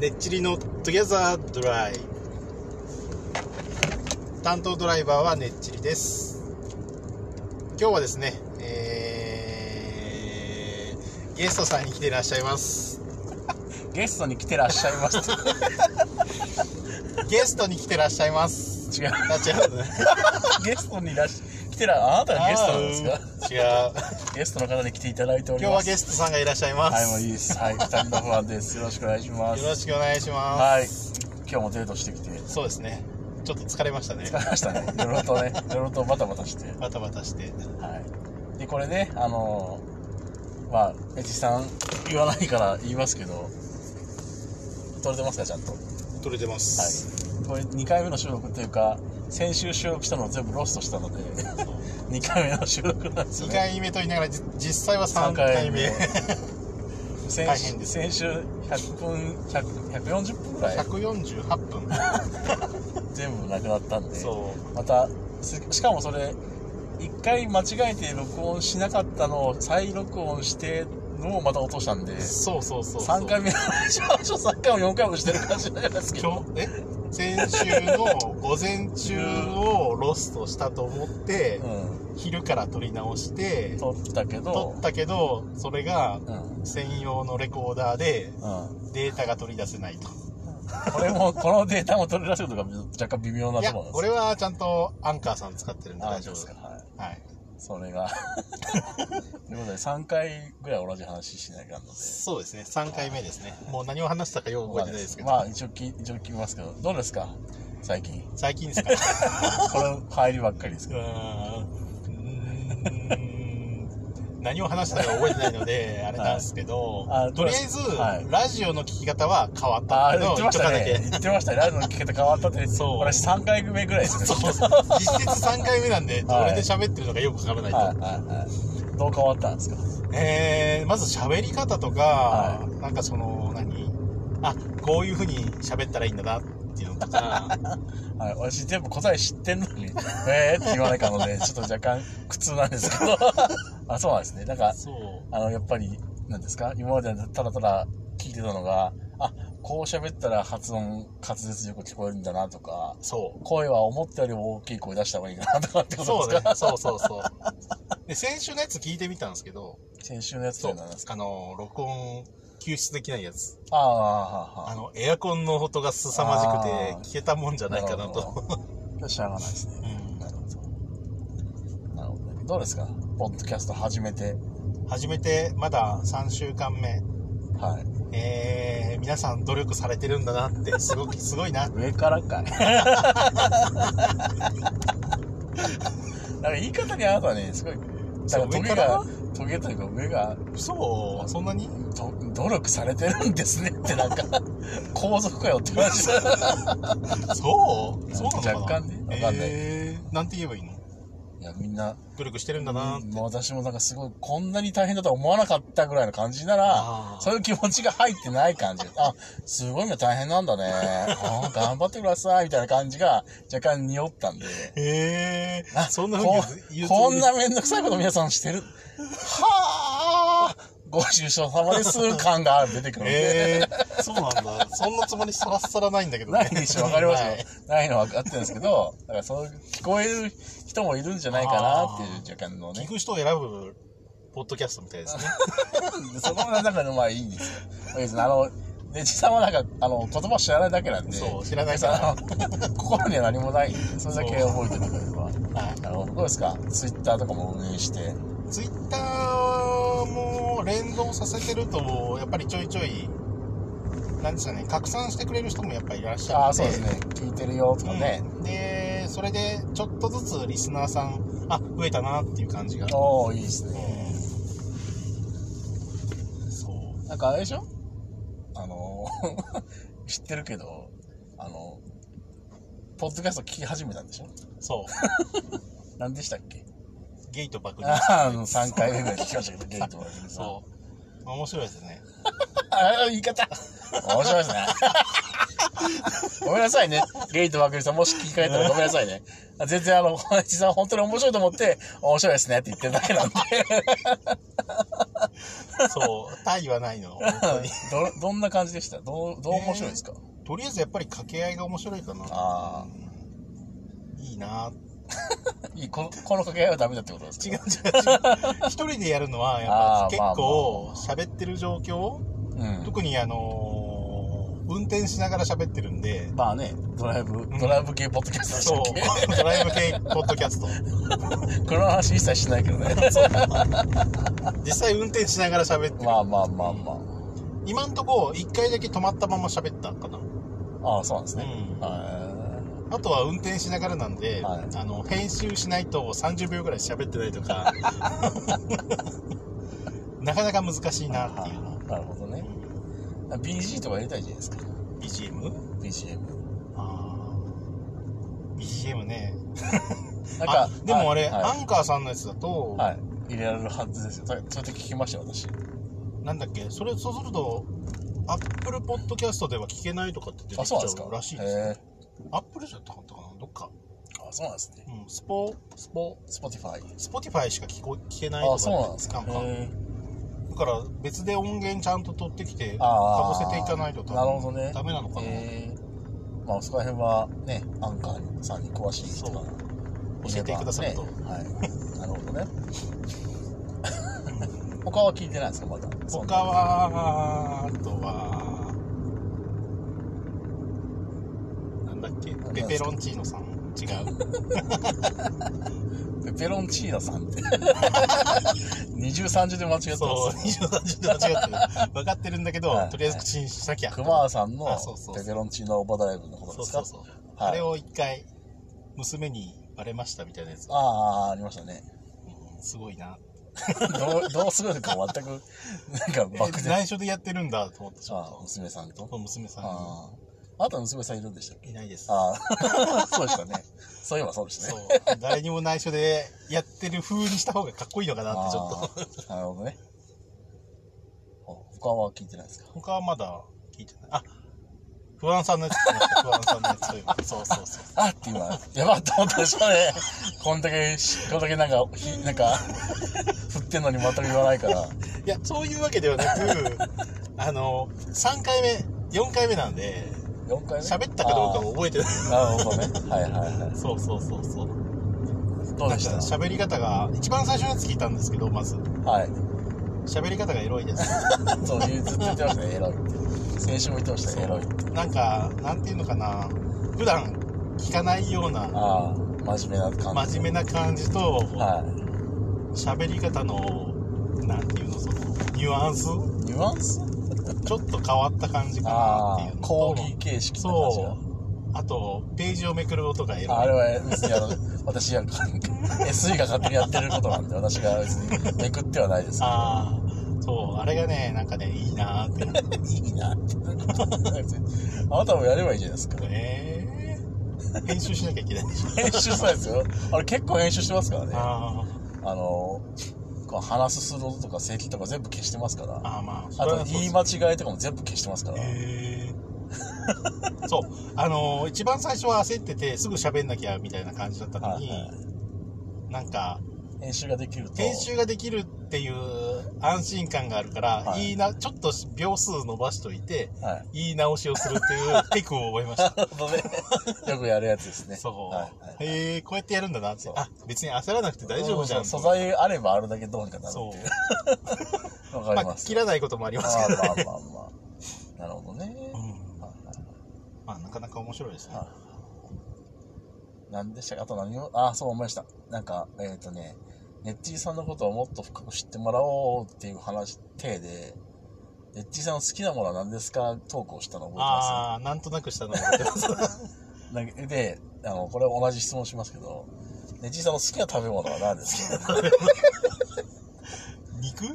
ねっちりのトゥギャザードライブ担当ドライバーはねっちりです今日はですねえーゲストさんに来ていらっしゃいますゲストに来てら っしゃいますゲストに来てらっしゃいます違うあ違うねゲストにらし来てらあなた がゲストなんですかすか違うゲストの方に来ていただいており今日はますゲスストさんがいらっしゃいます、はいもういいですはい二人の不安ですよろしくお願いしますよろしくお願いします、はい今日もデートしてきてそうですねちょっと疲れましたね疲れましたねいろいろとねいろいろとバタバタしてバタバタしてはいでこれねあのーまあエジさん言わないから言いますけど撮れてますかちゃんと取れてます、はい、これ2回目の収録というか先週収録したのを全部ロストしたので2回目の収録なんですよ2ね回目と言いながらじ実際は3三回目先大変です週先週100分100 140分ぐらい148分全部なくなったんでそうまたすしかもそれ1回間違えて録音しなかったのを再録音してのをまた落としたんでそうそうそうそう3回目の話を3回も4回もしてる感じになりますけ今ど日え先週の午前中をロストしたと思って、うん昼から撮り直して撮ったけど撮ったけどそれがうん専用のレコーダーでうんデータが取り出せないとこれも、このデータも取り出せるとか若干微妙ないとやころなんです俺はちゃんとアンカーさん使ってるんであ大そ丈う夫ですか。はい。はいそ れが。ということで、3回ぐらい同じ話しないかんので。そうですね3回目ですねもう何を話したかよく覚えてないですけど、まあ、一応聞、一応聞きますけど、どうですか最近。最近ですかこれ、入りばっかりですうけど。ーん何を話したか覚えてないのであれなんですけど、あとりあえず、はいラジオの聞き方は変わったあっあ、ていう言のをって言っとかなきゃ。ましたね言ってましたね。ラジオの聞き方変わったって。そう私3回目ぐらいですね。そうは 実質3回目なんでどれで喋ってるのかよくわからないいと、はいはい。どう変わったんですかえー、まず喋り方とか、はなんかその何あこういうふうに喋ったらいいんだなっていうのと かはい。私全部答え知ってんのに、えーって言わないかので、ちょっと若干苦痛なんですけど。 あ、そうなんですね。なんか、そうあの、やっぱり、なんですか今までただただ聞いてたのが、あ、こう喋ったら発音、滑舌よく聞こえるんだなとか、そう声は思ったよりも大きい声出した方がいいなとかってこそとうでねすか、そうそうそう。で、先週のやつ聞いてみたんですけど、先週のやつとそいううのは何です、かあの、録音、救出できないやつ。ああ、はあ、あはの、エアコンの音が凄まじあーくて、聞けたもんじゃあ。ないかなると。ほど。知ら ないですね。うんなるほど。なるほどね。どうですかポッドキャスト始めて。初めて、まだ3週間目、はい。えー、皆さん努力されてるんだなって、すごく、 すごいな。上から かい。なんか言い方にあなたね、すごい、そうなんかトゲ上からが、トゲというか上が、そう、そんなにど努力されてるんですねってなんか、 皇族かよって話だ。そうそうなのかな若干ねわかんないえー、なんて言えばいいのいや、みんな、努力してるんだなって。もう私もなんかすごい、こんなに大変だとは思わなかったぐらいの感じならあ、ーそういう気持ちが入ってない感じ。あ、すごい今大変なんだ ね。あー頑張ってください、みたいな感じが若干匂ったんで。えー、そんなふうにこ言う言うこんなめんどくさいこと皆さんしてる。はーご愁傷様です感が出てくるんで。えー、そうなんだ。そんなつもりさらさらないんだけどね。ないでしょ、わかりますよはい。ないのは分かってるんですけど、だからそういう聞こえる人もいるんじゃないかなっていう若干の聞ね。く人を選ぶ、ポッドキャストみたいですね。その中でまあいいんですよ。まあいいですあの、ね、じさんはなんか、あの、言葉知らないだけなんで。そう知らないからか。心には何もないんで、それだけ覚えておけば。はあの、どうですかツイッターとかも運営して。い。ツイッターも連動させてると、やっぱりちょいちょい、なんですかね、拡散してくれる人もやっぱりいらっしゃるので。ああ、そうですね。聞いてるよとかね。うん。で、それで、ちょっとずつリスナーさん、あ、増えたなっていう感じが。おおいいですね。そなんかあれでしょあの、 知ってるけど、あの、ポッドキャスト聞き始めたんでしょう。そう。何でしたっけゲイと爆弾。 ああの、3回目ぐらい聞きましたけど、ゲイとは。そう。面白いですね。ああ、言い方。面白いですね。ごめんなさいね。 ゲイとワクリさん、もし聞き換えたらごめんなさいね。全然あの、 小林さん本当に面白いと思って、面白いですねって言ってるだけなんで。そう、対はないの。本当にど、どんな感じでしたどう、どう面白いですか、とりあえずやっぱり掛け合いが面白いかな。あいいな。いいこの、この掛け合いはダメだってことですか違う違う違う。一人でやるのは、やっぱりあー結構喋ってる状況、うん。特にあのー運転しながら喋ってるんで、まあね、ドライブ、ドライブ系ポッドキャスそトでしたっう、ドライブ系ポッドキャスト。けこの話一切しないけ どね。実際運転しながら喋ってる。まあまあまあま今んとこ一回だけ止まったまま喋ったかな。あ。ああ、そうなんですね。うんはあとは運転しながらなんで、はいあの編集しないと30秒ぐらい喋ってないと かなかなか難しいい。なっていうの、なるほどね。BG とかやりたいじゃないですか。 BGM? BGM。あー BGM ねなんあか、でもあれ、はいアンカーさんのやつだと、はい。入れられるはずですよ。それそれで聞きましたよ、私。なんだっけそれそうするとアップルポッドキャストでは聞けないとかって出てあ、きちそうゃなんですかうらしいですへねアップルじゃなかったかなどっか、えあ、そうなんですね。うん、スポスポ、スポティファイ。スポティファイしか聞こ聞けないとかあ、そうなんですか。なんかへえだから別で音源ちゃんと取ってきてかあーぶせていかないと多分なるほどねダメなのかな、えーまあそこら辺はねアンカーさんに詳しい人が教えてくださいと、ねはいなる ほどね 他は聞いてないですかまだそう他はあとはなんだっけかペペロンチーノさん違うペペロンチーノさんって 二重三重で間違ってますそう23時で間違ってる分かってるんだけど、はいとりあえず口にしなきゃクマーさんのあそうそうそうペペロンチーノオーバードライブのことそでうすかそうそう、はいあれを一回娘にバレましたみたいなやつ、ああありましたねうんすごいなどうどうするのか全くなんか漠え然内緒でやってるんだと思ってちょっあと娘さんとそう娘さんあああなた娘さんいるんでしたっけにいないですああ、 そうでしたね。そういえばそうでしたそね。う。誰にも内緒でやってる風にした方がかっこいいのかなって、ちょっと。と。なるほどね。あ他は聞いてないですか他はまだ聞いてない。あ、不安さんのやつ聞きました。不安さんのやつ。 そういえばそうそうそう。あって今、やばって思ったでしょね。こんだけし、こんだけなんか、ひなんか、振ってんのに全く言わないから。いや、そういうわけではなく、あの、3回目、4回目なんで、 4回目喋ったかどうかも覚えてない。ああなるほどね。はいはいはそうそうそうそう。い。どうでしなんかた喋り方が、一番最初のやつ聞いたんですけど、まず。はい。喋り方がエロいです。そう、ずっと言ってましたね、エロいって。先週も言ってましたね、エロいって。なんか、なんていうのかな。普段聞かないような、ああ、真面目な感じ。真面目な感じと、は喋り方のなんていうのそのニュアンスい。ニュアンスちょっと変わった感じかなあっていうあ、のと講義形式な感じがそうあとページをめくる音がエあれロは別にあの私や SE が勝手に やってることなんで私が別にめくってはないですああそうあれがねなんかねいいなーってなっていいなってあなたもやればいいじゃないですかね編集しなきゃいけないでしょ編集そうですよあれ結構編集してますからねああのこう話すスローとか咳とか全部消してますからーあーまあそあれはと言い間違いとかも全部消してますから、へーそうあのー一番最初は焦っててすぐ喋んなきゃみたいな感じだったのに、はいはなんか編集ができると編集ができるっていう安心感があるから、はいい、いなちょっと秒数伸ばしといてはい 言い直しをするっていうテクを覚えましたなるほどねよくやるやつです ねそう、はいはいへえこうやってやるんだなってそうあ別に焦らなくて大丈夫じゃんそうそう素材あればあるだけどうにかなるそっていうう まわかりあます切らないこともありますまあけど、ねまあまあまあ。なるほどね。うんはいまあなかなか面白いですね、はいはいなんでしたっけあと何を、あ、そう思いました。なんか、えっ、とね、ネッチーさんのことをもっと深く知ってもらおうっていう話、体で、ネッチーさんの好きなものは何ですかトークをしたの覚えてまああなんとなくしたの覚えてますすなんかで、あの、これは同じ質問しますけど、ネッチーさんの好きな食べ物は何ですか肉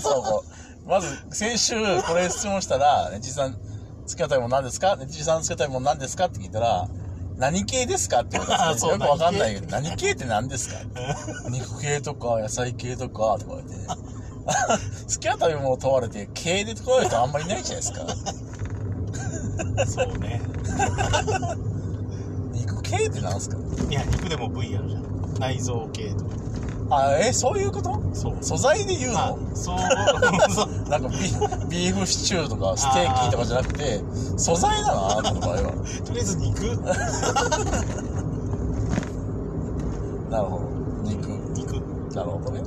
そうこうまず、先週これ質問したら、ネッチーさん、好きな食べ物何ですかネッチーさんの好きな食べ物何ですかって聞いたら、何系ですかって言われたんで すあよ。そうよくわかんないけど、何系って何ですか肉系とか野菜系とかとか言って 好きな食べ物を問われて系で問われる人あんまりいないじゃないですそかうね肉系ってなんですかいや肉でも部位あるじゃん内臓系とかあ、え、そういうことそう素材で言うあのそうそうなんかビービーフシチューとかステーキとかじゃなくて、素材だな、あなたの場合は。とりあえず肉なるほど。肉。肉なるほどね。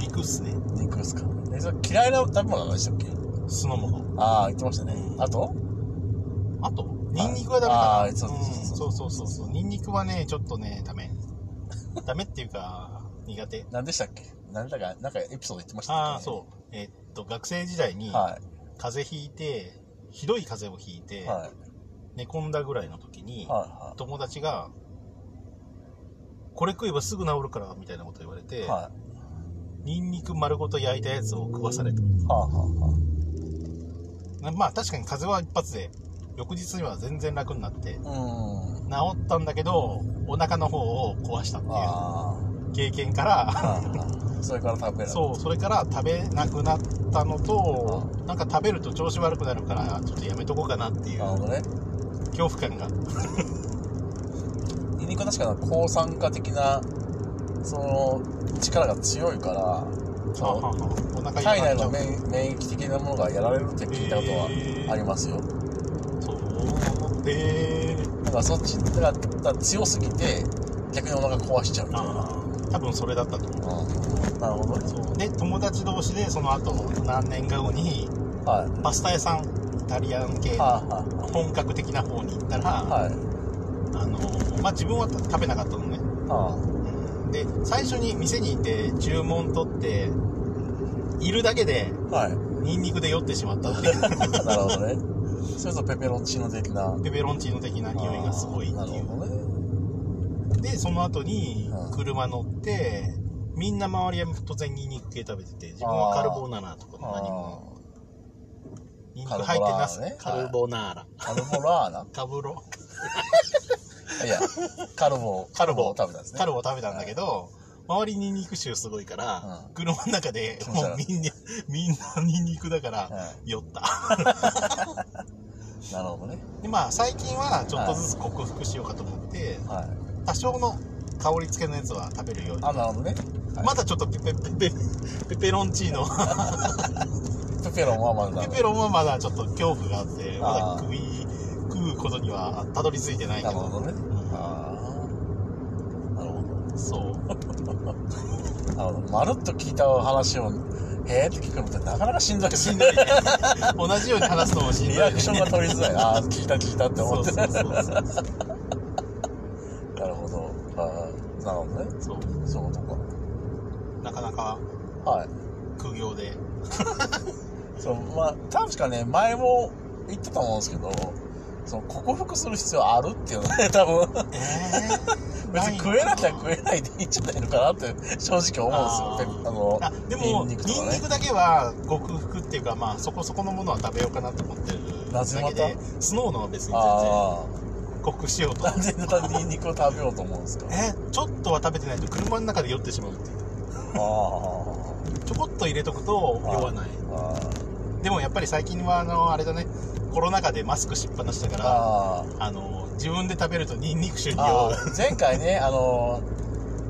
肉っすね肉っすか。え、それ嫌いな食べ物なんでしたっけ酢の物ああ、言ってましたね。あとあとニンニクはダメかなあーそうそうそうんそうそうそううそうニンニクはねちょっとねダメダメっていうか苦手何でしたっけ何だか、なんかエピソード言ってましたっけああそうえっと学生時代には風邪ひいてひどい風邪をひいい。ては寝込んだぐらいの時にい。は友達がこれ食えばすぐ治るからみたいなこと言われい。はい。て、はニンニク丸ごと焼いたやつを食わされた。い。はあ、はあ、はなまあ確かに風邪は一発で、翌日には全然楽になって、あ。うーん。治ったんだけど、お腹の方を壊したっていうあ経験から、あ。それから食べる。そう、それから食べなくなったのと、なんか食べると調子悪くなるから、ちょっとやめとこうかなっていうなるほどね。恐怖感が。ニンニクは確かな抗酸化的な、その、力が強いから、あはそはおう、腹体内っちゃのう。免免疫的なものがやられるって聞いたことはありますよ。そう。えー。だからそっちがだ強すぎて、逆にお腹壊しちゃうみたいな。ああ、多分それだったと思う。うん。なるほどね。そうで友達同士でその後何年か後にはい。パスタ屋さんイタリアン系のは本格的な方に行ったら、いはい。はい。あのまあ、自分は食べなかったのねはうんで最初に店にいて注文取っているだけであ。はい。ニンニクで酔ってしまったっていうなるほどね。それぞれペペロンチーノ的な。ペペロンチーノ的な匂いがすごいあーなっているうほどね。でその後にうん車乗ってみんな周りは突然ニンニク系食べてて自分はカルボナーラとかも何もニンニク入ってなすカカルルボナーラ、あーカルボラーナカブロいや、カルボ、カルボを食べたんですね。カルボ食べたんだけど、周りにニンニク臭すごいから、うん車の中で気持ちも悪ういみんな、みんなニンニクだから、は酔った。い。なるほどね。で、まあ最近はちょっとずつ克服しようかと思って、はい。多少の香り付けのやつは食べるように。あ、なるほどね。はいまだちょっとペペペペペペロンチーノ、ペペロンはまだ。 ペペロンはまだちょっと恐怖があって、まあーだ食い、食うことにはたどり着いてないけなるほど、どね。ああ。なるほ ど。そう。なるほど。まるっと聞いた話を、へえって聞くのってなかなかしんどいですしんねどいね。 同じように話すのもしん どい、リね。アクションが取りづらい。ああ、聞いた聞いたってそ思っうて。そうそうそう。なるほど。ああ。なるほどね。そそういうこう。なかなかとか。はい。苦行で。そう、まあ、確かね、前も言ってたと思うんですけど、その、克服する必要あるっていうのはね、 多分、え別に食えなきゃえ食えないでいいんじゃないのかなって、正直思うんですよ。ペあの、あでもニニンンニクとかねニクだけは克服っていうかまあそこそこのものは食べようかなと思ってるなぜまだたけでスノーのは別に全然あ克服しようとあ、なんでニンニクを食べようと思うんですかえちょっとは食べてないと車の中で酔ってしまうっていうああ、ちょこっと入れとくとあー酔わないあでもやっぱり最近はあのあれだねコロナ禍でマスクしっぱなしだからああ、の自分で食べるとニンニク臭にあ酔う、あ前回ね、あの、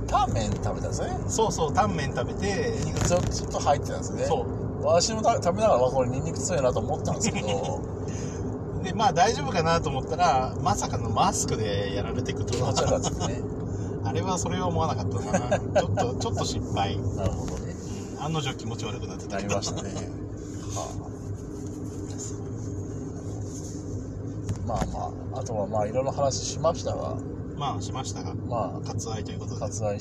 タンメン食べたんですね。そうそうタンメン食べてニンニクちょちょっと入ってたんですね。。そう私もた食べながら、わこれニンニク強いなと思ったんですけど、うでまあ大丈夫かなと思ったらまさかのマスクでやられていくと気持ち悪かったですね。あれはそれは思わなかったな。ちょっと、ちょっと失敗。なるほどね。案の定気持ち悪くなってたなけりど。ましたね。まあまあ、あとはまあいろいろ話しましたが、まあ、しましたが、ま割愛ということであ、。割愛して